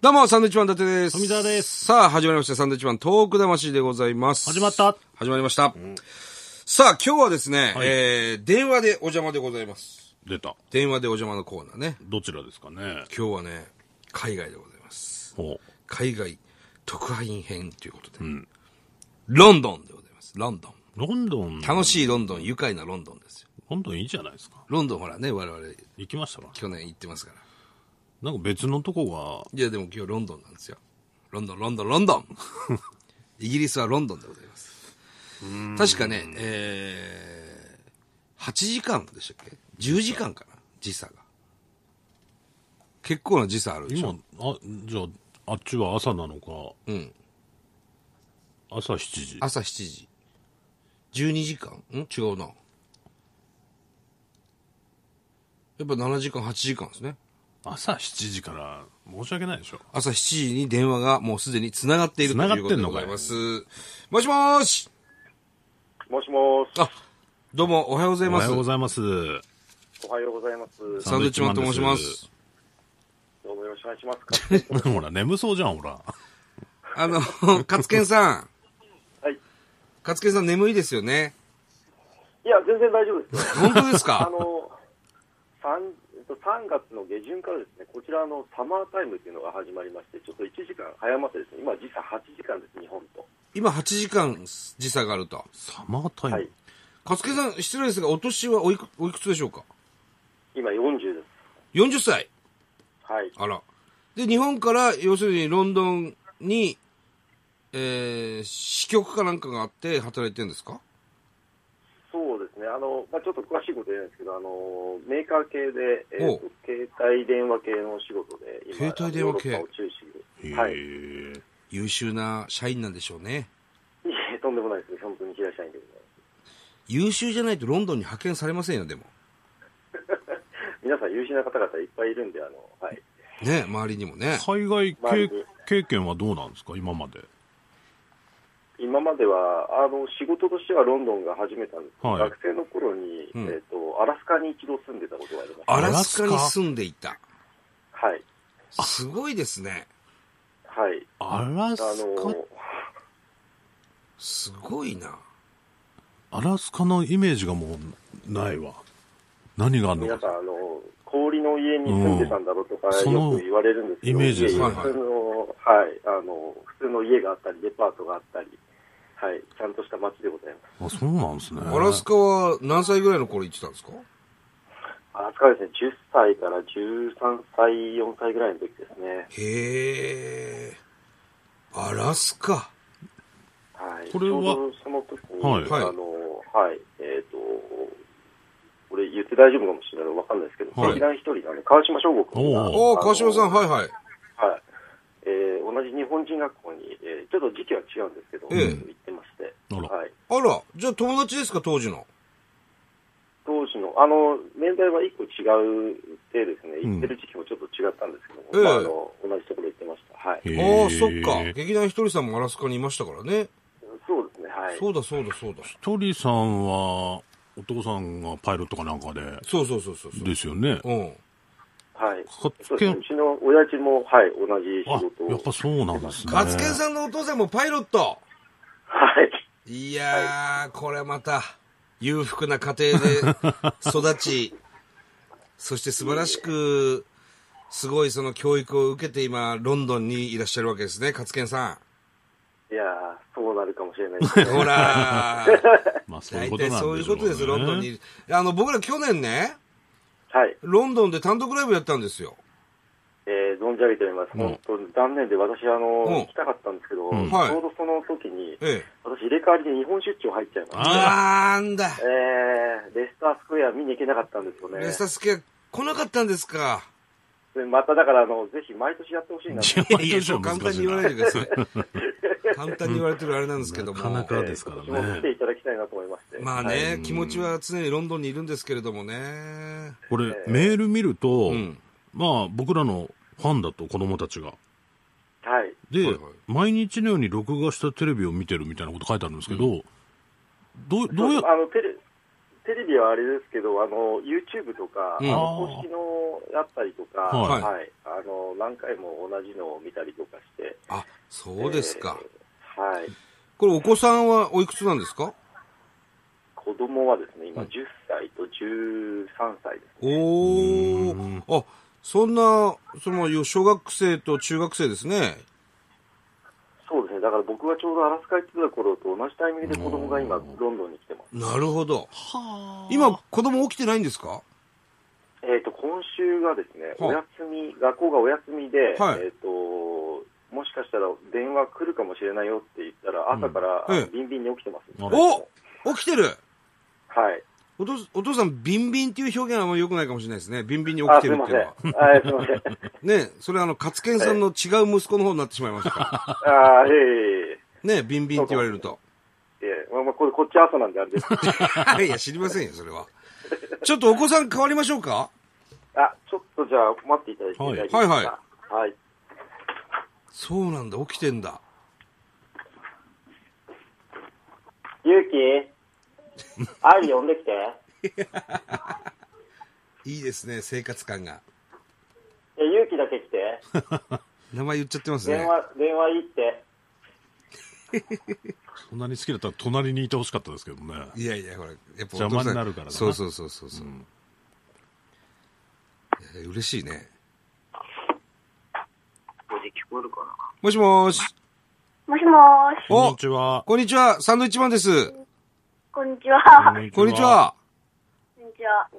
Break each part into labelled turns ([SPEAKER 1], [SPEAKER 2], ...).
[SPEAKER 1] どうも、サンドウィッチマン伊達です。
[SPEAKER 2] 富澤です。
[SPEAKER 1] さあ、始まりました。サンドウィッチマン、トーク魂でございます。
[SPEAKER 2] 始まった。
[SPEAKER 1] 始まりました。さあ、今日はですね、
[SPEAKER 2] はい
[SPEAKER 1] えー、電話でお邪魔でございます。
[SPEAKER 2] 出た。
[SPEAKER 1] 電話でお邪魔のコーナーね。
[SPEAKER 2] どちらですかね。
[SPEAKER 1] 今日はね、海外でございます。
[SPEAKER 2] ほ
[SPEAKER 1] 海外特派員編ということで。ロンドンでございます。ロンドン。
[SPEAKER 2] う。ロンドン、
[SPEAKER 1] 楽しいロンドン、愉快なロンドンですよ。
[SPEAKER 2] ロンドンいいじゃないですか。
[SPEAKER 1] ロンドンほらね、我々
[SPEAKER 2] 行きましたか
[SPEAKER 1] 去年行ってますから。
[SPEAKER 2] なんか別のとこ
[SPEAKER 1] いや、でも今日ロンドンなんですよ。ロンドン、ロンドン、ロンドン イギリスはロンドンでございます。確かね、えー、8時間でしたっけ ?10 時間かな時差が。結構な時差ある
[SPEAKER 2] が、
[SPEAKER 1] でし
[SPEAKER 2] 今
[SPEAKER 1] ょ、
[SPEAKER 2] あ、じゃあ、あっちは朝なのか、
[SPEAKER 1] うん。
[SPEAKER 2] 朝7時。
[SPEAKER 1] 朝7時。12時間ん違うな。やっぱ7時間、8時間ですね。
[SPEAKER 2] 朝7時から、申し訳ないでしょ。
[SPEAKER 1] 朝7時に電話がもうすでに繋がっているということでございます。もしもーし
[SPEAKER 3] もしもし。
[SPEAKER 1] あ、どうも、おはようござい
[SPEAKER 2] お
[SPEAKER 1] ま
[SPEAKER 2] は
[SPEAKER 1] す
[SPEAKER 2] よう。ございます。
[SPEAKER 3] おはようございます。
[SPEAKER 1] サンドウィッチマンと申します。
[SPEAKER 3] どうもよろしくお願いします。
[SPEAKER 2] ほら、眠そうじゃん、ほら。
[SPEAKER 1] あの、 カツケンさん。
[SPEAKER 3] はい。
[SPEAKER 1] カツケンさん眠いですよね。
[SPEAKER 3] いや、全然大丈夫ですよ。
[SPEAKER 1] 本当です
[SPEAKER 3] あ
[SPEAKER 1] か
[SPEAKER 3] の、3, 3月の下旬からですね、こちらのサマータイムっていうのが始まりまして、ちょっと1時間早まってですね、今時差8時間です、日本と。
[SPEAKER 1] 今8時間時差があると。
[SPEAKER 2] サマータイム。
[SPEAKER 3] はい。
[SPEAKER 1] カツケンさん、失礼ですが、お年はおいくおいくつでしょうか
[SPEAKER 3] 今40です。
[SPEAKER 1] ?40 歳。
[SPEAKER 3] はい。
[SPEAKER 1] あら。で、日本から、要するにロンドンに、えー、支局かなんかがあって働いてるんですか
[SPEAKER 3] そうですね、あの、まあ、ちょっと詳しいこと言えないですけど、あの、メーカー系で、えーと
[SPEAKER 1] お
[SPEAKER 3] 携帯電話系のお仕事で、今、
[SPEAKER 1] 携帯電話系
[SPEAKER 3] ヨーロッパを中
[SPEAKER 2] へ
[SPEAKER 3] 心に。
[SPEAKER 2] ー
[SPEAKER 3] はい。い
[SPEAKER 1] 優秀な社員なんでしょうね。
[SPEAKER 3] え、とんでもないですね、本当に平社員でございます。
[SPEAKER 1] 優秀じゃないとロンドンに派遣されませんよ、でも。
[SPEAKER 3] 皆さん優秀な方々いっぱいいるんで、あの、はい。
[SPEAKER 1] ね、周りにもね。
[SPEAKER 2] 海外
[SPEAKER 3] まあ
[SPEAKER 2] 経経験はどうなんですか、今まで。
[SPEAKER 3] 今までは、あの、仕事としてはロンドンが始めたんですけど、
[SPEAKER 2] はい
[SPEAKER 3] 学生の頃に、
[SPEAKER 1] うん
[SPEAKER 3] えっ、と、アラスカに一度住んでたことがありました。
[SPEAKER 1] ア
[SPEAKER 2] あ
[SPEAKER 1] ラスカに住んでいた。
[SPEAKER 3] はい。
[SPEAKER 1] すごいですね。
[SPEAKER 3] はい。
[SPEAKER 2] アラス
[SPEAKER 3] あ
[SPEAKER 2] カ、
[SPEAKER 3] の、
[SPEAKER 1] すごいな。
[SPEAKER 2] アラスカのイメージがもうないわ。何があるの
[SPEAKER 3] 皆
[SPEAKER 2] か
[SPEAKER 3] さん、。あの、氷の家に住んでたんだろうとか、
[SPEAKER 2] うん
[SPEAKER 3] よく言われるんですけど、
[SPEAKER 2] そのイメージです
[SPEAKER 3] いやい
[SPEAKER 1] は
[SPEAKER 3] や
[SPEAKER 1] いはい
[SPEAKER 3] 普通の、はい、あの、普通の家があったり、デパートがあったり、はい、ちゃんとした街でございます。
[SPEAKER 2] あ、そうなんですね。
[SPEAKER 1] アラスカは何歳ぐらいの頃行ってたんですか
[SPEAKER 3] アラスカはですね、10歳から13歳、4歳ぐらいの時ですね。
[SPEAKER 1] へえ。アラスカ。
[SPEAKER 3] はい、
[SPEAKER 2] これは
[SPEAKER 3] ちょうどその時に、
[SPEAKER 2] はい
[SPEAKER 1] はい
[SPEAKER 3] あの、はい、えっ、と、これ言って大丈夫かもしれないのわかんないですけど、
[SPEAKER 2] はい
[SPEAKER 3] 劇団一人のあの川島省吾君が、
[SPEAKER 2] お
[SPEAKER 1] おお、川島さん、はい
[SPEAKER 3] い。
[SPEAKER 1] はい。
[SPEAKER 3] はい。えー同じ日本人学校に、えーちょっと時期は違うんですけど、
[SPEAKER 1] ええ
[SPEAKER 3] 行ってまして、
[SPEAKER 2] あら
[SPEAKER 3] はい。
[SPEAKER 1] あら、じゃあ友達ですか、当時の。
[SPEAKER 3] 当時の、あの、年代は一個違うでですね、
[SPEAKER 2] うん
[SPEAKER 3] 行ってる時期もちょっと違ったんですけども、
[SPEAKER 1] ええ
[SPEAKER 3] まあ、あの同じところ行ってました。はい。
[SPEAKER 2] へ
[SPEAKER 1] ああ、
[SPEAKER 2] ー
[SPEAKER 1] そっか。劇団ひとりさんもアラスカにいましたからね。
[SPEAKER 3] そうですね、はい。
[SPEAKER 1] そうだ、そうだ、そうだ。
[SPEAKER 2] トリさんは、お父さんがパイロットかなんかで、
[SPEAKER 1] そうそうそうそうそう。
[SPEAKER 2] ですよね。
[SPEAKER 1] うん。
[SPEAKER 3] はい。
[SPEAKER 2] かつ
[SPEAKER 3] そう
[SPEAKER 2] け
[SPEAKER 3] ですね、うちの親父も、はい、同じ
[SPEAKER 2] あ
[SPEAKER 3] 仕事、を。
[SPEAKER 2] やっぱそうなんですね。
[SPEAKER 1] カツケンさんのお父さんもパイロット。
[SPEAKER 3] はい。
[SPEAKER 1] いやー、これまた、裕福な家庭 で育ち、そして素晴らしく、すごいその教育を受けて今、ロンドンにいらっしゃるわけですね、勝健さ
[SPEAKER 3] いやー、そうなるかもしれないですね
[SPEAKER 1] ん。。ほらー、
[SPEAKER 2] まあ そうい
[SPEAKER 1] 大
[SPEAKER 2] うことな
[SPEAKER 1] 体
[SPEAKER 2] んでしょ
[SPEAKER 1] そうう
[SPEAKER 2] ね
[SPEAKER 1] いうことです、ロンドンに。あの、僕ら去年ね、
[SPEAKER 3] はい。
[SPEAKER 1] ロンドンで単独ライブやったんですよ。
[SPEAKER 3] えー、存じ上げております。
[SPEAKER 2] うん
[SPEAKER 3] 本当に残念で、私、あの、
[SPEAKER 1] うん
[SPEAKER 3] 行きたかったんですけど、
[SPEAKER 2] うん
[SPEAKER 1] はい
[SPEAKER 3] ちょうどその時に、
[SPEAKER 1] ええ。
[SPEAKER 3] 私、入れ替わりで日本出張入っちゃいまし
[SPEAKER 2] あ
[SPEAKER 3] た。
[SPEAKER 1] なんだ、
[SPEAKER 3] えー、レスタースクエア見に行けなかったんですよね。
[SPEAKER 1] レスタスケ来なかったんですか。
[SPEAKER 3] でまただから、あの、ぜひ毎年やってほしいなと。
[SPEAKER 2] いや
[SPEAKER 1] いや、そう簡単に言わないでください。簡単に言われてるあれなんですけども。
[SPEAKER 2] なかなか
[SPEAKER 3] えー
[SPEAKER 2] ですからね
[SPEAKER 3] 今年も来ていただきたいなと思いまして。
[SPEAKER 1] まあね、
[SPEAKER 3] はい
[SPEAKER 1] 気持ちは常にロンドンにいるんですけれどもね。
[SPEAKER 2] これ、 メール見ると、
[SPEAKER 1] うん。
[SPEAKER 2] まあ僕らのファンだと子供たちが。
[SPEAKER 3] はい。
[SPEAKER 2] で、
[SPEAKER 1] はいはい
[SPEAKER 2] 毎日のように録画したテレビを見てるみたいなこと書いてあるんですけど、どうどうや
[SPEAKER 3] あの、テレ、テレビはあれですけど、あの YouTube とか、
[SPEAKER 1] うん
[SPEAKER 3] あの公式のやったりとか、
[SPEAKER 2] はい
[SPEAKER 3] はいあの、何回も同じのを見たりとかして、
[SPEAKER 1] あ、そうですか。
[SPEAKER 3] えーはい、
[SPEAKER 1] これお子さんはおいくつなんですか
[SPEAKER 3] 子供はですね、今、
[SPEAKER 2] うん
[SPEAKER 3] 10歳と13歳です。
[SPEAKER 1] お
[SPEAKER 2] う
[SPEAKER 1] ー
[SPEAKER 2] ん。
[SPEAKER 1] あ、そんな、その、小学生と中学生ですね。
[SPEAKER 3] そうですね、だから僕がちょうどアラスカ行ってた頃と同じタイミングで子供が今、ロンドンに来てます。
[SPEAKER 1] なるほど。今、子供起きてないんですか
[SPEAKER 3] えっ、と、今週がですね、
[SPEAKER 1] は
[SPEAKER 3] お
[SPEAKER 1] い
[SPEAKER 3] 休み、学校がお休みで、
[SPEAKER 1] はい
[SPEAKER 3] えっ、と、もしかしたら電話来るかもしれないよって言ったら、朝から、
[SPEAKER 1] うんええ
[SPEAKER 3] ビンビンに起きてます、
[SPEAKER 2] あら
[SPEAKER 1] お起きてる
[SPEAKER 3] はい。
[SPEAKER 1] お父お父さん、ビンビンっていう表現はあんま良くないかもしれないですね。ビンビンに起
[SPEAKER 3] あ、
[SPEAKER 1] き
[SPEAKER 3] す
[SPEAKER 1] て
[SPEAKER 3] い
[SPEAKER 1] る
[SPEAKER 3] ま
[SPEAKER 1] って
[SPEAKER 3] せ。
[SPEAKER 1] いうんのは。
[SPEAKER 3] はい、すいません。
[SPEAKER 1] ねそれあの、カツケンさんの違う息子の方になってしまいました か
[SPEAKER 3] あーええ
[SPEAKER 1] ら。ねビンビンって言われると。
[SPEAKER 3] ええええまあまあ、これ、こっち朝なんであれです。
[SPEAKER 1] いや、知りませんよ、それは。ちょっとお子さん変わりましょうか
[SPEAKER 3] あ、ちょっとじゃあ、待っていただいて
[SPEAKER 2] はい
[SPEAKER 3] 大丈夫ですか
[SPEAKER 1] はいは
[SPEAKER 3] はい。
[SPEAKER 1] そうなんだ、起きてんだ。
[SPEAKER 3] ゆ うき、アイリ呼んできて。
[SPEAKER 1] いいですね、生活感が。
[SPEAKER 3] え、ゆうきだけ来 て。
[SPEAKER 1] 名前言っちゃってますね。
[SPEAKER 3] 話、電話いいって。
[SPEAKER 2] そんなに好きだったら隣にいてほしかったですけどね。
[SPEAKER 1] いやいや、ほら、やっぱ
[SPEAKER 2] 邪魔になるからだな
[SPEAKER 1] そうそうそうそうそう、
[SPEAKER 2] ん
[SPEAKER 1] えー嬉しいね。
[SPEAKER 3] これ聞こえるかな
[SPEAKER 1] もしもーし。
[SPEAKER 4] もしもーし。
[SPEAKER 2] こん
[SPEAKER 1] お
[SPEAKER 2] にちは。
[SPEAKER 1] こんにちは、サンドイッチマンです。
[SPEAKER 4] こんにちは。こん
[SPEAKER 1] こんにち。は。
[SPEAKER 4] にちは。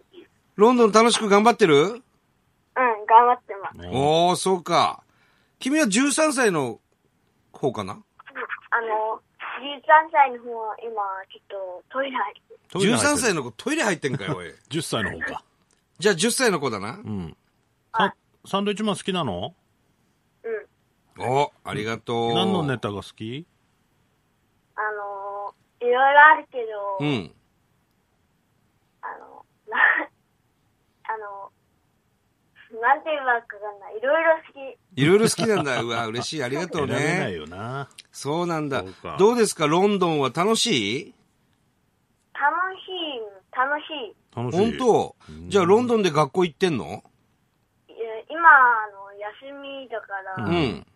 [SPEAKER 1] ロンドン楽しく頑張ってる、
[SPEAKER 4] うん、頑張ってます。
[SPEAKER 2] お
[SPEAKER 1] おー、そうか。君は13歳の方かな
[SPEAKER 4] あの、13歳の方は今、ちょっとトイレ入って。
[SPEAKER 1] ?13 歳の子トイレ入ってんかよ、おい。
[SPEAKER 2] 10歳の方か。
[SPEAKER 1] じゃあ10歳の子だな
[SPEAKER 2] う。ん。ササンドイッチマン好きなの
[SPEAKER 4] うん。
[SPEAKER 1] おありがとう。
[SPEAKER 2] 何のネタが好き
[SPEAKER 4] あのー、いろいろあるけど、
[SPEAKER 1] うん。
[SPEAKER 4] あの、な、あの、なんて言えばいいかわかんない。いろいろ好き。
[SPEAKER 1] いろいろ好きなんだ。うわ、嬉しい。ありがとう
[SPEAKER 2] 選べない
[SPEAKER 1] ね。
[SPEAKER 2] よな。
[SPEAKER 1] そうなんだ
[SPEAKER 2] そうか
[SPEAKER 1] どうですか、ロンドンは楽しい
[SPEAKER 4] 楽しい、楽しい。
[SPEAKER 2] 楽し
[SPEAKER 1] 本
[SPEAKER 2] い。
[SPEAKER 1] 当じゃあロンドンで学校行ってんの
[SPEAKER 4] いや今、あの、休みだから、
[SPEAKER 1] う。
[SPEAKER 2] うんん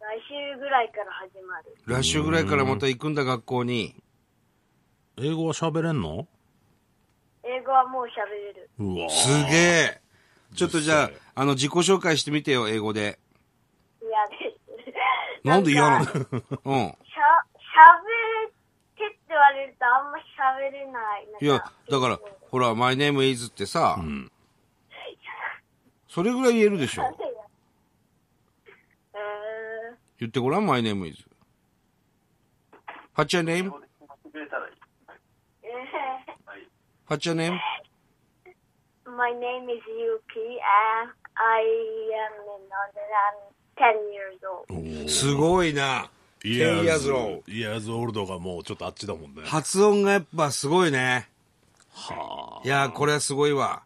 [SPEAKER 4] 来週ぐらいから始まる。
[SPEAKER 1] ラッシュぐらいからまた行くんだ、学校に。
[SPEAKER 2] 英語は喋れんの
[SPEAKER 4] 英語はもう喋れる。
[SPEAKER 2] うわ
[SPEAKER 1] すげえ。
[SPEAKER 2] え。
[SPEAKER 1] ちょっとじゃ
[SPEAKER 2] 実際
[SPEAKER 1] あ、あの、自己紹介してみてよ、英語で。
[SPEAKER 4] 嫌です。
[SPEAKER 1] なんで嫌な
[SPEAKER 4] か
[SPEAKER 1] のうん。
[SPEAKER 4] しゃ、しゃべってって言われるとあんましゃべれない。なん
[SPEAKER 1] いや、だから
[SPEAKER 4] そう、
[SPEAKER 1] ほら、my name is ってさ、
[SPEAKER 2] うん。
[SPEAKER 1] それぐらい言えるでしょ。
[SPEAKER 4] えー、
[SPEAKER 1] 言ってごらん、my name is。What's your name?
[SPEAKER 3] これ聞こえてくれたらいい。
[SPEAKER 4] えー
[SPEAKER 1] What's your name?
[SPEAKER 4] My name is Yuki and I am in I'm 10 years old.
[SPEAKER 1] すごいな。
[SPEAKER 2] イ
[SPEAKER 1] 10 years old
[SPEAKER 2] イヤーズオールドがもうちょっとあっちだもんね。
[SPEAKER 1] 発音がやっぱすごいね。
[SPEAKER 2] はあ。
[SPEAKER 1] いやー、これはすごいわ。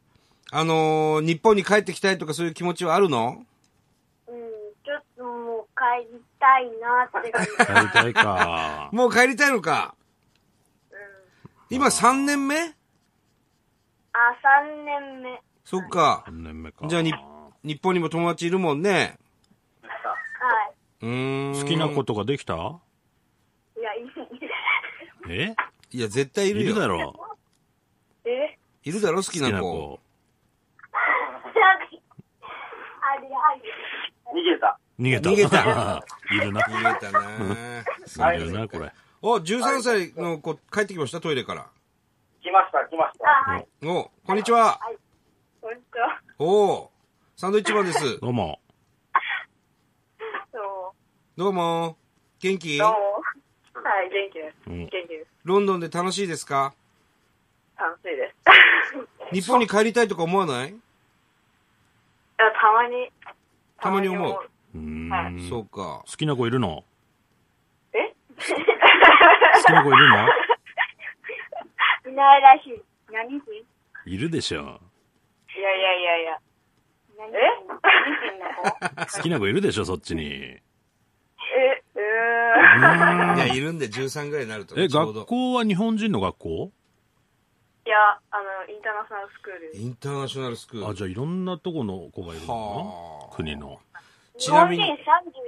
[SPEAKER 1] あのー、日本に帰ってきたいとかそういう気持ちはあるの
[SPEAKER 4] うん、ちょっともう帰りたいなって感じ。
[SPEAKER 2] やりたいか。
[SPEAKER 1] もう帰りたいのか。今3年目
[SPEAKER 4] あ、3年目。
[SPEAKER 1] そっか。
[SPEAKER 2] 3年目か。
[SPEAKER 1] じゃあに日本にも友達いるもんね。
[SPEAKER 4] は
[SPEAKER 1] うーん。
[SPEAKER 2] 好きなことができた
[SPEAKER 4] い。いや、い い。
[SPEAKER 2] え
[SPEAKER 1] いや、絶対い
[SPEAKER 2] い
[SPEAKER 1] るよ。
[SPEAKER 2] るだろ。
[SPEAKER 4] え
[SPEAKER 1] いるだろ、好き
[SPEAKER 2] 好
[SPEAKER 1] な
[SPEAKER 2] きな
[SPEAKER 1] 子。
[SPEAKER 2] 子。
[SPEAKER 4] なんかあれ、あれ。
[SPEAKER 3] 逃げた。
[SPEAKER 2] 逃げた。
[SPEAKER 1] 逃げ た。
[SPEAKER 2] いるな。
[SPEAKER 1] 見えたな
[SPEAKER 2] いるな、これ。
[SPEAKER 1] お、13歳の子、帰ってきました、トイレから。
[SPEAKER 3] 来ました、来ました。
[SPEAKER 4] あ、はい。
[SPEAKER 1] お、こんにちは。
[SPEAKER 4] こんにちは。
[SPEAKER 1] おサンドイッチマンです。
[SPEAKER 2] どうも。
[SPEAKER 4] そう。
[SPEAKER 1] どうも。元気
[SPEAKER 4] どうも。はい、元気です。
[SPEAKER 2] うん
[SPEAKER 4] 元気です。
[SPEAKER 1] ロンドンで楽しいですか
[SPEAKER 4] 楽しいです。
[SPEAKER 1] 日本に帰りたいとか思わない
[SPEAKER 4] いやたまに。
[SPEAKER 1] たまに思う
[SPEAKER 2] うー
[SPEAKER 4] は
[SPEAKER 2] ん。
[SPEAKER 1] そうか。
[SPEAKER 2] 好きな子いるの
[SPEAKER 4] え
[SPEAKER 2] 好きな子いるの
[SPEAKER 4] いないらしい。何人
[SPEAKER 2] いるでしょ。
[SPEAKER 4] いやいやいやいや。え
[SPEAKER 2] 好きな子いるでしょ、そっちに。
[SPEAKER 4] え、う
[SPEAKER 2] う
[SPEAKER 4] ーん。
[SPEAKER 2] ーん
[SPEAKER 1] いや、いるんで、13ぐらいになるとね、
[SPEAKER 2] え、
[SPEAKER 1] ちょうど
[SPEAKER 2] 学校は日本人の学校
[SPEAKER 4] いや、あの、インターナショナルスクール。
[SPEAKER 1] インターナショナルスクー
[SPEAKER 2] あ、
[SPEAKER 1] ル。
[SPEAKER 2] じゃあいろんなとこの子がいるの
[SPEAKER 1] は
[SPEAKER 2] か
[SPEAKER 1] あ
[SPEAKER 2] な国の。
[SPEAKER 1] ち
[SPEAKER 4] 日
[SPEAKER 1] な
[SPEAKER 4] 本
[SPEAKER 1] み
[SPEAKER 4] 人
[SPEAKER 1] に
[SPEAKER 4] 30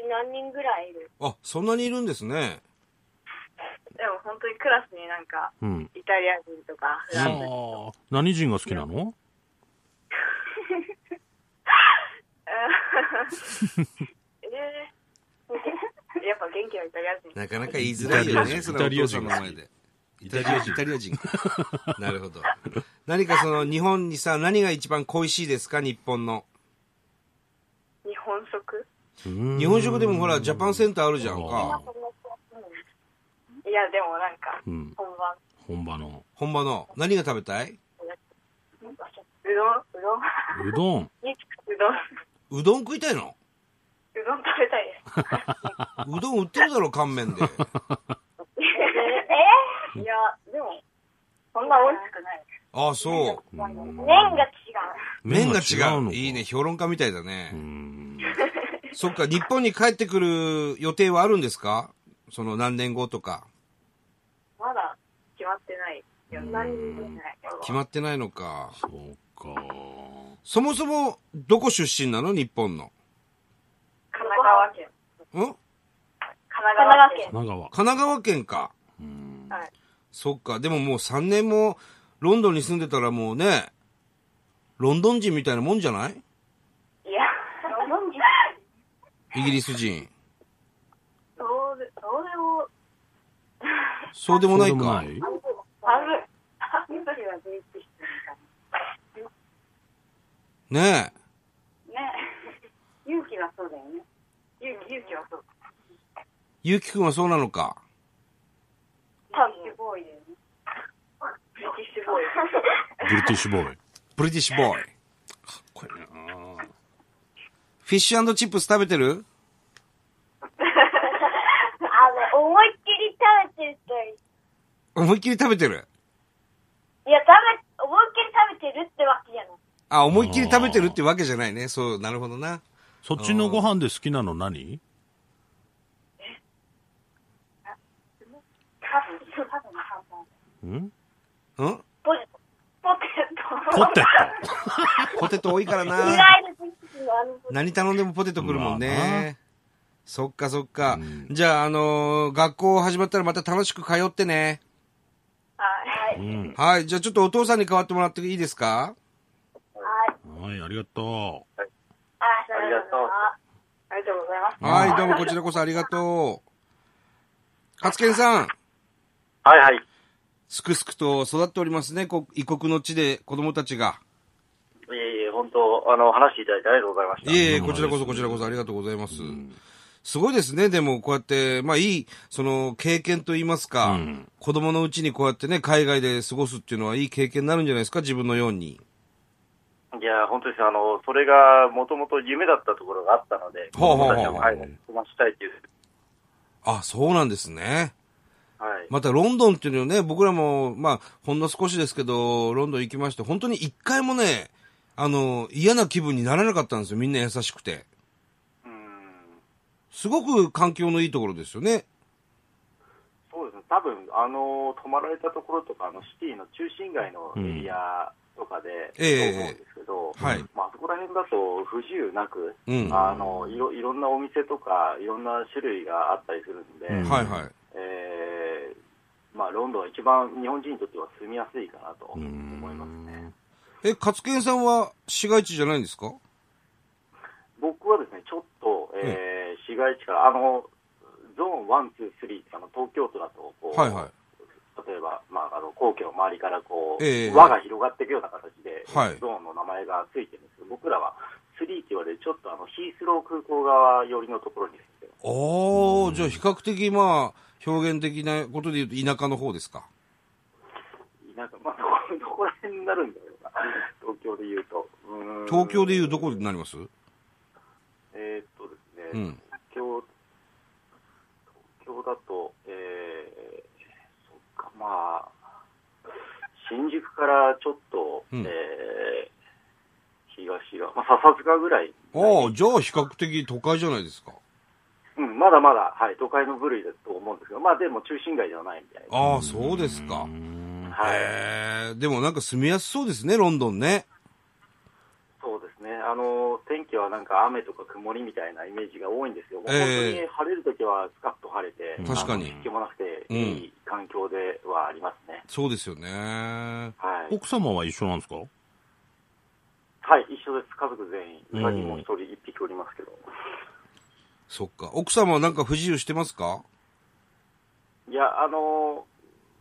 [SPEAKER 4] 何人ぐらいいる。
[SPEAKER 1] あ、そんなにいるんですね。
[SPEAKER 4] でも本当にクラスになんか、
[SPEAKER 2] うん。
[SPEAKER 4] イタリア人とか、フランス人。
[SPEAKER 2] はあ。何人が好きなの
[SPEAKER 4] えー、やっぱ元気なイタリア人。
[SPEAKER 1] なかなか言いづらいよね、
[SPEAKER 2] イ
[SPEAKER 1] そ
[SPEAKER 2] タ
[SPEAKER 1] のお
[SPEAKER 2] リア
[SPEAKER 1] 父
[SPEAKER 2] 人
[SPEAKER 1] さんの前で。
[SPEAKER 2] イ
[SPEAKER 1] イタリア人。イタリア人か。なるほど。何かその日本にさ、何が一番恋しいですか、日本の。
[SPEAKER 4] 日本食
[SPEAKER 1] 日
[SPEAKER 2] 日
[SPEAKER 1] 本食でもほら、ジャパンセンターあるじゃんか。
[SPEAKER 4] いや、でもなんか、
[SPEAKER 2] うん。
[SPEAKER 4] 本番、
[SPEAKER 2] 本場の。
[SPEAKER 1] 本場の。何が食べたいう
[SPEAKER 4] どん、うど
[SPEAKER 2] うどん。
[SPEAKER 4] ん、うどん、
[SPEAKER 1] うどん食いたいの
[SPEAKER 4] うどん食べたいです。
[SPEAKER 1] うどん売ってるだろ、乾麺で。
[SPEAKER 4] えいや、でも、そんな美味しくない。
[SPEAKER 1] あ、そう。
[SPEAKER 4] 麺が違う。
[SPEAKER 1] 麺が違う。
[SPEAKER 2] のか
[SPEAKER 1] いいね、。評論家みたいだ
[SPEAKER 2] う
[SPEAKER 1] ね。
[SPEAKER 2] ん。
[SPEAKER 1] そっか、日本に帰ってくる予定はあるんですかその何年後とか。
[SPEAKER 4] まだ決まってない。いや、何にもない。
[SPEAKER 1] 決まってないのか。
[SPEAKER 2] そうか。
[SPEAKER 1] そもそも、どこ出身なの日本の。
[SPEAKER 4] 神奈川県。
[SPEAKER 1] ん
[SPEAKER 4] 神奈川県。
[SPEAKER 2] 神奈川。
[SPEAKER 1] 神奈川県か。
[SPEAKER 2] うん。
[SPEAKER 4] はい。
[SPEAKER 1] そっか。でももう3年もロンドンに住んでたらもうね、ロンドン人みたいなもんじゃない
[SPEAKER 4] いや、ご存知
[SPEAKER 1] イギリス人。
[SPEAKER 4] そうで、そうでも、
[SPEAKER 1] そうでもない
[SPEAKER 2] そうでも
[SPEAKER 1] か。
[SPEAKER 2] ない
[SPEAKER 4] 半分。半分は全員して
[SPEAKER 1] ねえ。
[SPEAKER 4] ね。勇気はそうだよね。勇気、勇気はそう。
[SPEAKER 1] ゆうきくんはそうなのか。
[SPEAKER 4] 多分、すごいだよね。ブリティッシュボーイ。
[SPEAKER 2] ブリティッシュボーイ。
[SPEAKER 1] ブリティッシュボーイ。
[SPEAKER 2] これな
[SPEAKER 1] フィッシュチップス食べてる
[SPEAKER 5] あの、思いっきり食べてるって、
[SPEAKER 1] 思いっきり食べてる。
[SPEAKER 5] いや、食べ、思いっきり食べてるってわけじゃない。
[SPEAKER 1] あ、思いっきり食べてるってわけじゃないね。そう、なるほどな。
[SPEAKER 2] そっちのご飯で好きなの何
[SPEAKER 4] 多分、多分、半分。
[SPEAKER 2] ん
[SPEAKER 1] ん
[SPEAKER 5] ポテト。
[SPEAKER 4] ポテ
[SPEAKER 2] ポテ
[SPEAKER 4] ト。
[SPEAKER 1] ポテト多いから
[SPEAKER 5] 意
[SPEAKER 1] な。
[SPEAKER 5] 外と好きなあ
[SPEAKER 4] Ano
[SPEAKER 5] の、
[SPEAKER 1] 何頼んでもポテト来るもん
[SPEAKER 2] まあ
[SPEAKER 1] ね。そっかそっか。
[SPEAKER 2] うん
[SPEAKER 1] じゃあ、あのー学校始まったらまた楽しく通ってね。
[SPEAKER 4] はい。
[SPEAKER 2] ト。うん。
[SPEAKER 1] はい。じゃあちょっとお父さんに代わってもらっていいですか
[SPEAKER 4] Ah,
[SPEAKER 2] はい、ありがと
[SPEAKER 5] あ、
[SPEAKER 3] ありがとう。
[SPEAKER 4] ah, ありがとうございます。
[SPEAKER 1] はい、どうもこちらこそありがとう。勝健さん、
[SPEAKER 3] はいはい。
[SPEAKER 1] すくすくと育っておりますね、こ異国の地で子供たちが。
[SPEAKER 3] いえいえ、本当、あの、話していただいてありがとうございました。
[SPEAKER 1] いえいえ、
[SPEAKER 2] うん
[SPEAKER 1] こちらこそこちらこそありがとうございます。すごいですね、でもこうやって、まあいい、その経験といいますか、
[SPEAKER 2] うん
[SPEAKER 1] 子供のうちにこうやってね、海外で過ごすっていうのはいい経験になるんじゃないですか、自分のように。
[SPEAKER 3] いや、本当ですよあの、それがもともと夢だったところがあったので、
[SPEAKER 1] ほうほうほう
[SPEAKER 3] 私ははい、飛ばしたいっていう。
[SPEAKER 1] あ、そうなんですね。
[SPEAKER 3] はい。
[SPEAKER 1] またロンドンっていうのはね、僕らも、まあ、ほんの少しですけど、ロンドン行きまして、本当に一回もね、あの、嫌な気分にならなかったんですよ。みんな優しくて。
[SPEAKER 3] うん。
[SPEAKER 1] すごく環境のいいところですよね。
[SPEAKER 3] そうですね。多分、あの、泊まられたところとか、あの、シティの中心街のエリアとかで、
[SPEAKER 1] ええ
[SPEAKER 3] と思うんですけど、
[SPEAKER 1] はい
[SPEAKER 3] まあ、あそこら辺だと不自由なく、
[SPEAKER 1] うん
[SPEAKER 3] あの、いろ、いろんなお店とか、いろんな種類があったりするんで、
[SPEAKER 2] うん
[SPEAKER 1] はいはい。
[SPEAKER 3] えーまあ、ロンドンは一番日本人にとっては住みやすいかなと
[SPEAKER 2] う。う
[SPEAKER 3] 思いますね。
[SPEAKER 2] ん。
[SPEAKER 1] え、勝健さんは市街地じゃないんですか
[SPEAKER 3] 僕はですね、ちょっと、えー市街地から、あの、ゾーン1、2、3あの東京都だとこう、
[SPEAKER 1] はいはい。
[SPEAKER 3] 例えば、まあ、あの皇居の周りからこう、
[SPEAKER 1] ええ
[SPEAKER 3] 輪が広がっていくような形で、
[SPEAKER 1] はい
[SPEAKER 3] ゾーンの名前がついてるんですけど、僕らは3って言われる、ちょっとあのヒースロー空港側寄りのところに住んでます
[SPEAKER 1] おー、じゃあ比較的まあ、表現的なことで言うと田舎の方ですか。
[SPEAKER 3] なんか、まあ、ど こどこら辺になるんだろうな、東京で言うと。うーん
[SPEAKER 1] 東京でいうどこになります
[SPEAKER 3] えーっとです
[SPEAKER 1] う
[SPEAKER 3] ね、
[SPEAKER 1] ん。
[SPEAKER 3] 東京、東京だと、えー、そっか、まあ、新宿からちょっと、
[SPEAKER 1] うん
[SPEAKER 3] えー、東が、まあ、笹塚ぐらい、
[SPEAKER 1] ああ、じゃあ比較的都会じゃないですか。
[SPEAKER 3] うん、まだまだ、はい、都会の部類だと思うんですけど、まあでも中心街ではないみたいな。
[SPEAKER 1] ああ、そうですか。
[SPEAKER 2] うん
[SPEAKER 3] はい、
[SPEAKER 1] えー、でもなんか住みやすそうですね、ロンドンね。
[SPEAKER 3] そうですね、あの天気はなんか雨とか曇りみたいなイメージが多いんですよ、もう
[SPEAKER 1] ええ
[SPEAKER 3] 本当に晴れるときはスカッと晴れて、
[SPEAKER 1] 確かに
[SPEAKER 3] あの湿気もなくて、いい環境ではありますね、
[SPEAKER 1] そうですよね。
[SPEAKER 3] はい、
[SPEAKER 2] 奥様は一緒なんですか
[SPEAKER 3] はい、一緒です、家族全員、
[SPEAKER 2] うん
[SPEAKER 3] うさぎも一人、一匹おりますけど、
[SPEAKER 1] そっか。奥様はなんか不自由してますか
[SPEAKER 3] いや、あの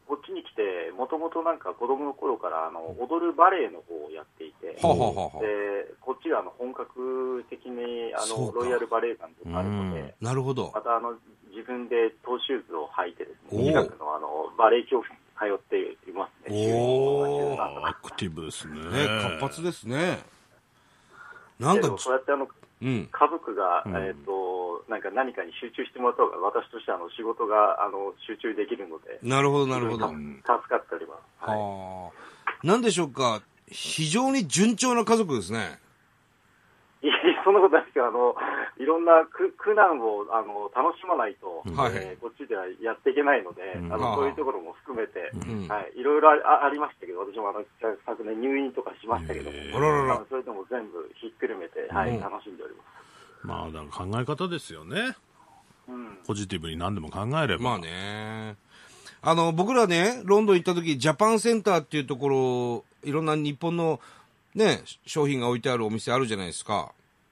[SPEAKER 3] こっちに来て、もともとなんか子供の頃からあの踊るバレエの方をやっていて。
[SPEAKER 1] はあ、はあはあはあ、
[SPEAKER 3] でこっちがあの本格的にあ
[SPEAKER 1] そう
[SPEAKER 3] の
[SPEAKER 1] か
[SPEAKER 3] ロイヤルバレエ団とかあるので、
[SPEAKER 2] うん
[SPEAKER 1] なるほど
[SPEAKER 3] ま。たあの自分でトーシューズを履いてです
[SPEAKER 1] お
[SPEAKER 3] ね、
[SPEAKER 1] ー
[SPEAKER 3] 近くのあのバレエ教室に通っていますね。
[SPEAKER 1] おー
[SPEAKER 2] アクティブですね。
[SPEAKER 1] ね、活発ですね。
[SPEAKER 3] な
[SPEAKER 1] なんんか
[SPEAKER 3] か、そうやってあの
[SPEAKER 1] うん。
[SPEAKER 3] 家族が、
[SPEAKER 2] うん
[SPEAKER 3] えっ、と、なんか何かに集中してもらった方が、私としてはあの仕事があの集中できるので、
[SPEAKER 1] なるほど、なるほど。
[SPEAKER 3] 助かっております。はい
[SPEAKER 1] はあ。なんでしょうか。非常に順調な家族ですね。
[SPEAKER 3] いやそんなことないですけど、あの、いろんな苦苦難をあの楽しまないと、
[SPEAKER 1] はい
[SPEAKER 3] えーこっちではやっていけないので、
[SPEAKER 2] うん
[SPEAKER 3] あ
[SPEAKER 1] はあ
[SPEAKER 3] のそういうところも含めて、
[SPEAKER 1] ん
[SPEAKER 3] はい、いろいろああありましたけど、私もあの昨年入院とかしましたけど
[SPEAKER 1] あら
[SPEAKER 3] も、
[SPEAKER 1] らら
[SPEAKER 3] あのそれでも全部ひっくるめて、はい
[SPEAKER 1] うん
[SPEAKER 3] 楽しんでおりま
[SPEAKER 2] まあ、だから考え方ですよね。
[SPEAKER 3] す。うん、
[SPEAKER 2] ポジティブに何でも考えれば。
[SPEAKER 1] まあね。あの、僕らね、ロンドン行った時、ジャパンセンターっていうところ、いろんな日本のね、商品が置いてあるお店あるじゃないですか。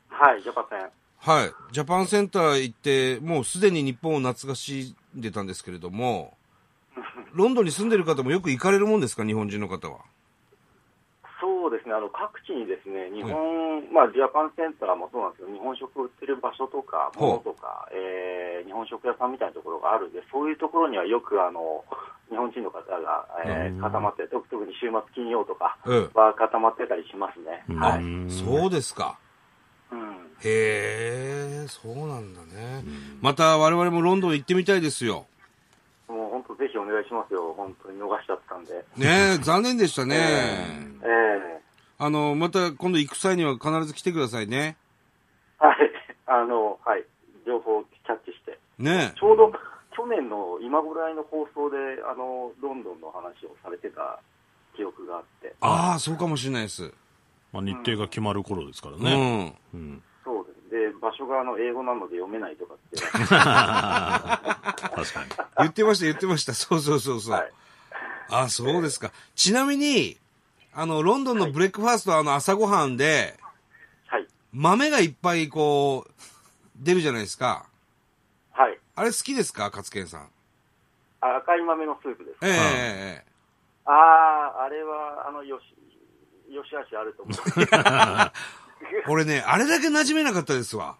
[SPEAKER 3] はい、ジャパテン。
[SPEAKER 1] はい。ジャパンセンター行って、もうすでに日本を懐かしんでたんですけれども、ロンドンに住んでる方もよく行かれるもんですか、日本人の方は。
[SPEAKER 3] そうですね、あの各地にですね、日本、まあ、ジャパンセンターもそうなんですけど、日本食売ってる場所とか、
[SPEAKER 1] ほ
[SPEAKER 3] もの
[SPEAKER 1] う
[SPEAKER 3] とか、えー日本食屋さんみたいなところがあるんで、そういうところにはよくあの 日本人の方が、えー
[SPEAKER 2] うん
[SPEAKER 3] 固まって、特特に週末金曜とか
[SPEAKER 1] うん
[SPEAKER 3] は固まってたりしますね。
[SPEAKER 2] うん
[SPEAKER 3] はい、
[SPEAKER 1] そうですか。
[SPEAKER 3] うん
[SPEAKER 1] へえ、そうなんだね。また我々もロンドン行ってみたいですよ。
[SPEAKER 3] もう本当、ぜひお願いしますよ、本当に逃しちゃったんで。
[SPEAKER 1] ねえ、残念でしたね。
[SPEAKER 3] えー
[SPEAKER 1] あの、また今度行く際には必ず来てくださいね。
[SPEAKER 3] はい、 あの、はい、情報をキャッチして。
[SPEAKER 1] ね
[SPEAKER 3] ちょうど去年の今ぐらいの放送で、あの、ロンドンの話をされてた記憶があって、
[SPEAKER 1] ああ、そうかもしれないです。
[SPEAKER 2] まあ日程が決まる頃ですからね。うん。
[SPEAKER 3] そうです。で、場所があの、英語なので読めないとかって。
[SPEAKER 2] 確かに。
[SPEAKER 1] うん。言ってました、言ってました。 そうそうそうそう。
[SPEAKER 3] はい
[SPEAKER 1] ああ、そうですか。ちなみに、あの、ロンドンのブレックファースト、あの、朝ごはんで、
[SPEAKER 3] はい。
[SPEAKER 1] 豆がいっぱいこう、出るじゃないですか。
[SPEAKER 3] はい。
[SPEAKER 1] あれ好きですか勝健さん。
[SPEAKER 3] あ赤い豆のスープです。
[SPEAKER 1] えええええ
[SPEAKER 3] ああ、あれは、あの、よし、よしあしあると思う。
[SPEAKER 1] え俺ね、あれだけ馴染めなかったですわ。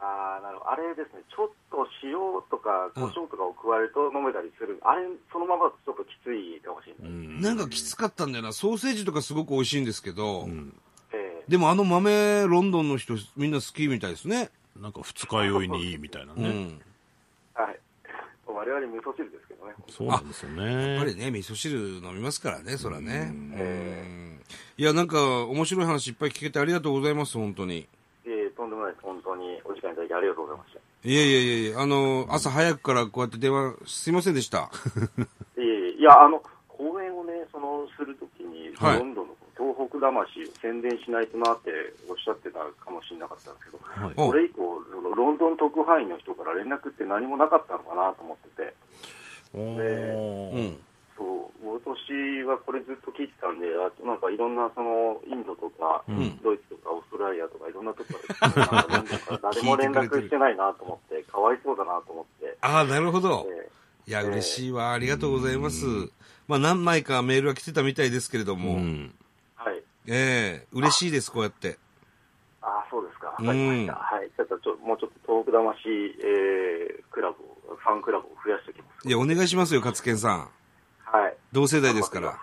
[SPEAKER 3] ああ、なるほど。あれですね、ちょっと塩とか胡椒とかを加えると飲めたりする。あれ、そのままだとちょっときついかもしれな
[SPEAKER 1] な
[SPEAKER 3] い。
[SPEAKER 1] んかきつかったんだよな。ソーセージとかすごく美味しいんですけど、
[SPEAKER 3] ええ
[SPEAKER 1] でもあの豆、ロンドンの人、みんな好きみたいですね。
[SPEAKER 2] なんか二日酔いにいいみたいなね。
[SPEAKER 1] うん。
[SPEAKER 3] はい。我々味噌汁ですけどね。
[SPEAKER 2] そうなんですよね。
[SPEAKER 1] やっぱりね、味噌汁飲みますからね、そらね。うん
[SPEAKER 3] ん
[SPEAKER 1] いや、なんか、面白い話いっぱい聞けてありがとうございます、本当に。
[SPEAKER 3] ええとんでもないです。本当にお時間いただきありがとうございました。
[SPEAKER 1] いやいやいやいや、あの、朝早くからこうやって電話、すいませんでした。
[SPEAKER 3] ええいや、あの、講演をね、その、するときに、
[SPEAKER 1] はい
[SPEAKER 3] ロンドンの東北魂を宣伝しないとなっておっしゃってたかもしれなかったんですけど、
[SPEAKER 2] はい
[SPEAKER 1] お
[SPEAKER 3] これ以降、そのロンドン特派員の人から連絡って何もなかったのかなと思ってて、
[SPEAKER 2] お
[SPEAKER 1] う
[SPEAKER 2] ー
[SPEAKER 1] ん。
[SPEAKER 3] そう、私はこれずっと聞いてたんで、あとなんかいろんな、その、インドとか、ドイツとか、オーストラリアとか、いろんなとこからロンドンから誰も連絡してないなと思って、かわいそうだなと思って、
[SPEAKER 1] ああ、なるほ
[SPEAKER 3] え
[SPEAKER 1] ど。
[SPEAKER 3] え
[SPEAKER 1] いや、
[SPEAKER 3] ええ
[SPEAKER 1] 嬉しいわ。ありがとうございます。まあ、何枚かメールは来てたみたいですけれど
[SPEAKER 2] う
[SPEAKER 1] も、
[SPEAKER 2] ん。
[SPEAKER 3] はい。
[SPEAKER 1] ええ嬉しいです、こうやって。
[SPEAKER 3] ああ、そうですか。わ
[SPEAKER 1] うん
[SPEAKER 3] かりました。はい。ちょっと、ちょもうちょっと、東北魂、えー、クラブを、ファンクラブを増やしておきます。
[SPEAKER 1] いや、お願いしますよ、勝健さん。
[SPEAKER 3] はい。
[SPEAKER 1] 同世代ですから。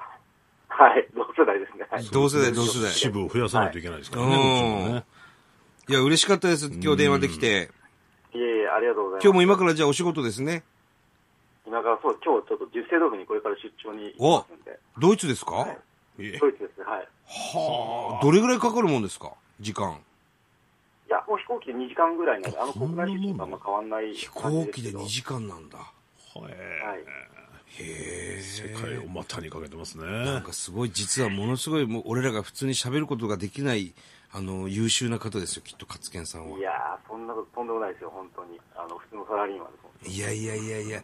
[SPEAKER 3] はい。同世代ですね。はい。
[SPEAKER 1] 同世代、同世代。
[SPEAKER 2] 支部を増やさないといけないですから
[SPEAKER 1] はい
[SPEAKER 2] ね、
[SPEAKER 1] いや、嬉しかったです、今日電話できて。
[SPEAKER 3] いえいえ、ありがとうございます。
[SPEAKER 1] 今日も今からじゃあお仕事ですね。
[SPEAKER 3] 今から、そう、今日ちょっと、十世道府にこれから出張に
[SPEAKER 1] お
[SPEAKER 3] 行きますんで、
[SPEAKER 1] ドイツですか、
[SPEAKER 3] は
[SPEAKER 2] こっ
[SPEAKER 3] い
[SPEAKER 2] ちもね。
[SPEAKER 3] ドイツですね。はい。
[SPEAKER 1] はあ、どれぐらいかかるもんですか時間。
[SPEAKER 3] いや、もう飛行機で2時間ぐらいなんで、あの
[SPEAKER 2] そん
[SPEAKER 3] 国
[SPEAKER 2] な
[SPEAKER 3] 内
[SPEAKER 2] もん
[SPEAKER 3] 出張とあんま変わんない
[SPEAKER 1] 飛
[SPEAKER 3] 感
[SPEAKER 1] 行
[SPEAKER 3] じ
[SPEAKER 1] 機
[SPEAKER 3] すけ
[SPEAKER 1] で
[SPEAKER 3] ど
[SPEAKER 1] 2時間なんだ。
[SPEAKER 2] え
[SPEAKER 3] はい。
[SPEAKER 1] へ
[SPEAKER 2] 世界を股にかけてますね。
[SPEAKER 1] なんかすごい、実はものすごい、もう俺らが普通に喋ることができない、あの、優秀な方ですよ、きっと、勝健さんは。
[SPEAKER 3] いやー、そんなこと、とんでもないですよ、本当に。あの、普通のサラリーマンですもん。
[SPEAKER 1] いやいやいやいや、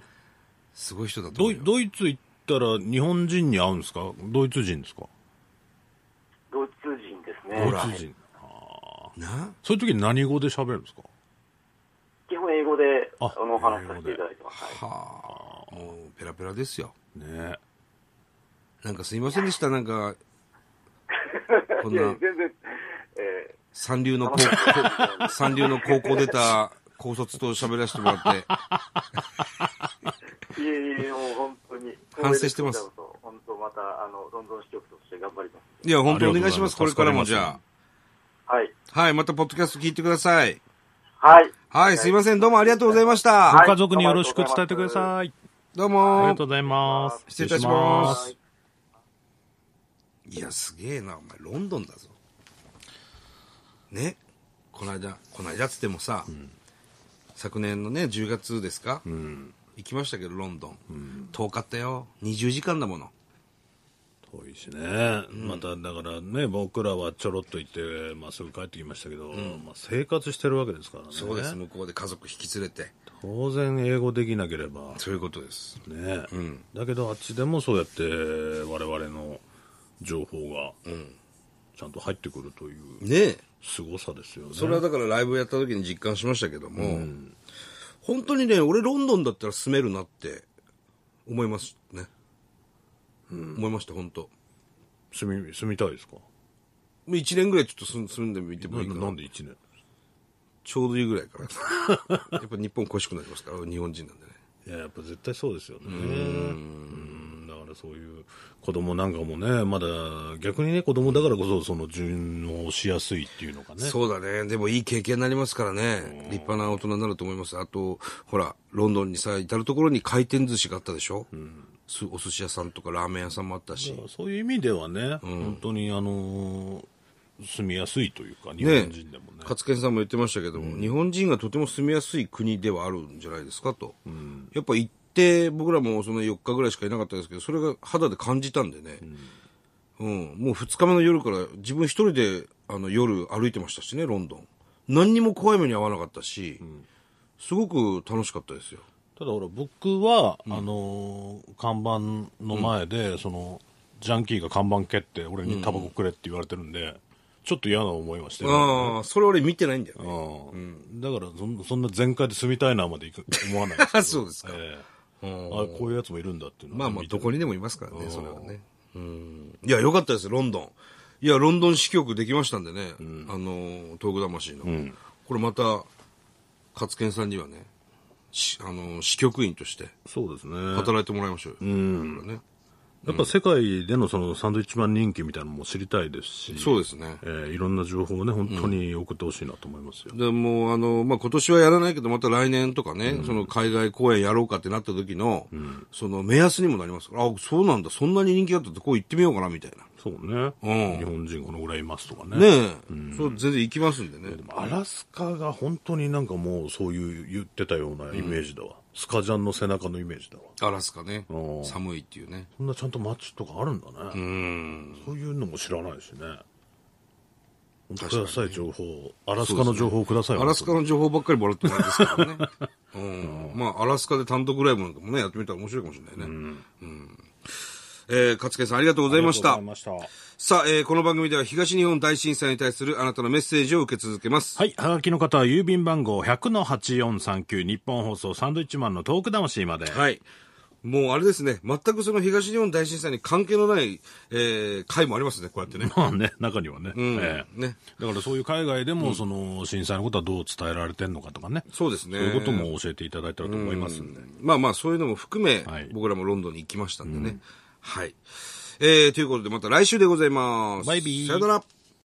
[SPEAKER 1] すごい人だと
[SPEAKER 2] ド
[SPEAKER 1] 思う
[SPEAKER 2] イ
[SPEAKER 1] よ。
[SPEAKER 2] ドイツ行ったら日本人に会うんですかドイツ人ですか
[SPEAKER 3] ドイツ人ですね。
[SPEAKER 2] ド
[SPEAKER 1] ら
[SPEAKER 2] イツ人。
[SPEAKER 1] な
[SPEAKER 2] そういう時に何語で喋るんですか
[SPEAKER 3] 基本英語で、
[SPEAKER 2] あ
[SPEAKER 3] あの、お話しさせていただいてます。はい
[SPEAKER 1] はあ、もうペラペラですよ。
[SPEAKER 2] ね
[SPEAKER 1] なんかすいませんでした、なんか、こん
[SPEAKER 3] いや
[SPEAKER 1] な、
[SPEAKER 3] 全然、え
[SPEAKER 1] 三流の高
[SPEAKER 3] ー、
[SPEAKER 1] 三流の高校出た高卒と喋らせてもらって、
[SPEAKER 3] いえいえ、もう本当に。
[SPEAKER 1] 反省してます。
[SPEAKER 3] 本当また、あの、ロンドン支局として頑張ります。
[SPEAKER 1] いや、本当お願いします、こ
[SPEAKER 2] あ
[SPEAKER 1] れ
[SPEAKER 2] りが
[SPEAKER 1] か
[SPEAKER 2] とう
[SPEAKER 1] らも
[SPEAKER 2] ございます
[SPEAKER 1] じゃ
[SPEAKER 3] はい。
[SPEAKER 1] あ。はい、またポッドキャスト聞いてください。
[SPEAKER 3] はい。
[SPEAKER 1] はい、すいません、どうもありがとうございました。
[SPEAKER 2] ご
[SPEAKER 3] はい
[SPEAKER 2] 家族によろしく伝えてください。
[SPEAKER 1] どう
[SPEAKER 2] あり
[SPEAKER 1] も
[SPEAKER 2] がとうございます。
[SPEAKER 1] 失礼いたしま
[SPEAKER 2] 失
[SPEAKER 1] す
[SPEAKER 2] 礼し。
[SPEAKER 1] いや、すげえな、お前、ロンドンだぞ。ね、この間、この間っつってもさ、昨年のね、10月ですか、
[SPEAKER 2] うん。
[SPEAKER 1] 行きましたけど、ロンドン。遠かったよ。20時間だもの。
[SPEAKER 2] 遠いしね、まただからね、僕らはちょろっと行って、まあ、すぐ帰ってきましたけど、まあ、生活してるわけですからね、
[SPEAKER 1] そうです、向こうで家族引き連れて。
[SPEAKER 2] 当然、英語できなければ、
[SPEAKER 1] そういうことです。
[SPEAKER 2] ね、
[SPEAKER 1] ん
[SPEAKER 2] だけど、あっちでもそうやって、我々の情報が
[SPEAKER 1] ん
[SPEAKER 2] ちゃんと入ってくるという、
[SPEAKER 1] ねえ。
[SPEAKER 2] すごさですよね。
[SPEAKER 1] それはだからライブやった時に実感しましたけども、本当にね、俺ロンドンだったら住めるなって思いますね。思いました、本当。
[SPEAKER 2] 住み住みたいですか、
[SPEAKER 1] もう1年ぐらいちょっと住ん住んでみてもいいか
[SPEAKER 2] な
[SPEAKER 1] な
[SPEAKER 2] なんで1年
[SPEAKER 1] ちょうどいいぐらいから。やっぱ日本恋しくなりますから、日本人なんでね。
[SPEAKER 2] いや、やっぱ絶対そうですよね。うんだからそういう子供なんかもね、まだ逆にね、子供だからこそ、その順応しやすいっていうのかね。
[SPEAKER 1] そうだね。でもいい経験になりますからね。立派な大人になると思います。あと、ほら、ロンドンにさ、至るところに回転寿司があったでしょ、すお寿司屋さんとかラーメン屋さんもあったし。
[SPEAKER 2] そういう意味ではね、本当にあのー住みやすいというか、日本人でもね。
[SPEAKER 1] 勝健さんも言ってましたけども、日本人がとても住みやすい国ではあるんじゃないですかと、やっぱ行って僕らもその4日ぐらいしかいなかったですけどそれが肌で感じたんでね、うんもう2日目の夜から自分一人であの夜歩いてましたしねロンドン何にも怖い目に遭わなかったし、すごく楽しかったですよ
[SPEAKER 2] ただほら、僕は、あのー看板の前で、その、ジャンキーが看板蹴って、俺にタバコくれって言われてるんで、ちょっと嫌な思いはしてる。
[SPEAKER 1] ああそれ俺見てないんだよ ね
[SPEAKER 2] うんだからそん、そんな全開で住みたいなまでいく思わな いですけど
[SPEAKER 1] そうですか
[SPEAKER 2] ええあこういうやつもいるんだっていうの
[SPEAKER 1] まあ
[SPEAKER 2] はね
[SPEAKER 1] まあ、
[SPEAKER 2] 見て
[SPEAKER 1] どこにでもいますからね、それはね。うん。いや、よかったです、ロンドン。いや、ロンドン支局できましたんでね、あのー、東北魂の。これまた、勝健さんにはね、しあのー支局員として
[SPEAKER 2] そうですね。
[SPEAKER 1] 働いてもらいましょうよ。うん。ね、
[SPEAKER 2] やっぱ世界でのそのサンドイッチマン人気みたいなのも知りたいですし、
[SPEAKER 1] そうですね。
[SPEAKER 2] ええいろんな情報をね、本当に送ってほしいなと思いますよ。
[SPEAKER 1] でもうあの、まあ、今年はやらないけど、また来年とかね、その海外公演やろうかってなった時の、その目安にもなりますから、あ、そうなんだ、そんなに人気だったらここ行ってみようかな、みたいな。
[SPEAKER 2] そうね、
[SPEAKER 1] うん
[SPEAKER 2] 日本人このぐらいいますとかね。
[SPEAKER 1] ねえ、そう全然行きますんでね。
[SPEAKER 2] アラスカが本当になんかもうそういう言ってたようなイメージだわ。スカジャンの背中のイメージだわ。
[SPEAKER 1] アラスカね
[SPEAKER 2] うん。
[SPEAKER 1] 寒いっていうね。
[SPEAKER 2] そんなちゃんと街とかあるんだね。
[SPEAKER 1] うん。
[SPEAKER 2] そういうのも知らないしね。本当
[SPEAKER 1] 確かに
[SPEAKER 2] ください、情報。アラスカの情報をください。
[SPEAKER 1] アラスカの情報ばっかりもらってもらえですからね。 うん。まあ、アラスカで単独ライブなんかもね、やってみたら面白いかもしれないね。うん。えー、勝家さんありがとうございました。
[SPEAKER 2] ました。
[SPEAKER 1] さあ、えー、この番組では東日本大震災に対するあなたのメッセージを受け続けます。
[SPEAKER 2] はい。はがきの方は郵便番号100-8439日本放送サンドイッチマンのトーク魂まで。
[SPEAKER 1] はい。もうあれですね、全くその東日本大震災に関係のない、えー、回もありますね、こうやってね。
[SPEAKER 2] まあね、中にはね。
[SPEAKER 1] うん。
[SPEAKER 2] ええ
[SPEAKER 1] ね。
[SPEAKER 2] だからそういう海外でも、その震災のことはどう伝えられてんのかとかね。
[SPEAKER 1] そうですね。
[SPEAKER 2] そういうことも教えていただいたらと思いますんで。
[SPEAKER 1] まあまあ、そういうのも含め、
[SPEAKER 2] はい
[SPEAKER 1] 僕らもロンドンに行きましたんでね。はい。えー、ということで、また来週でございます。
[SPEAKER 2] バイビー
[SPEAKER 1] さよなら。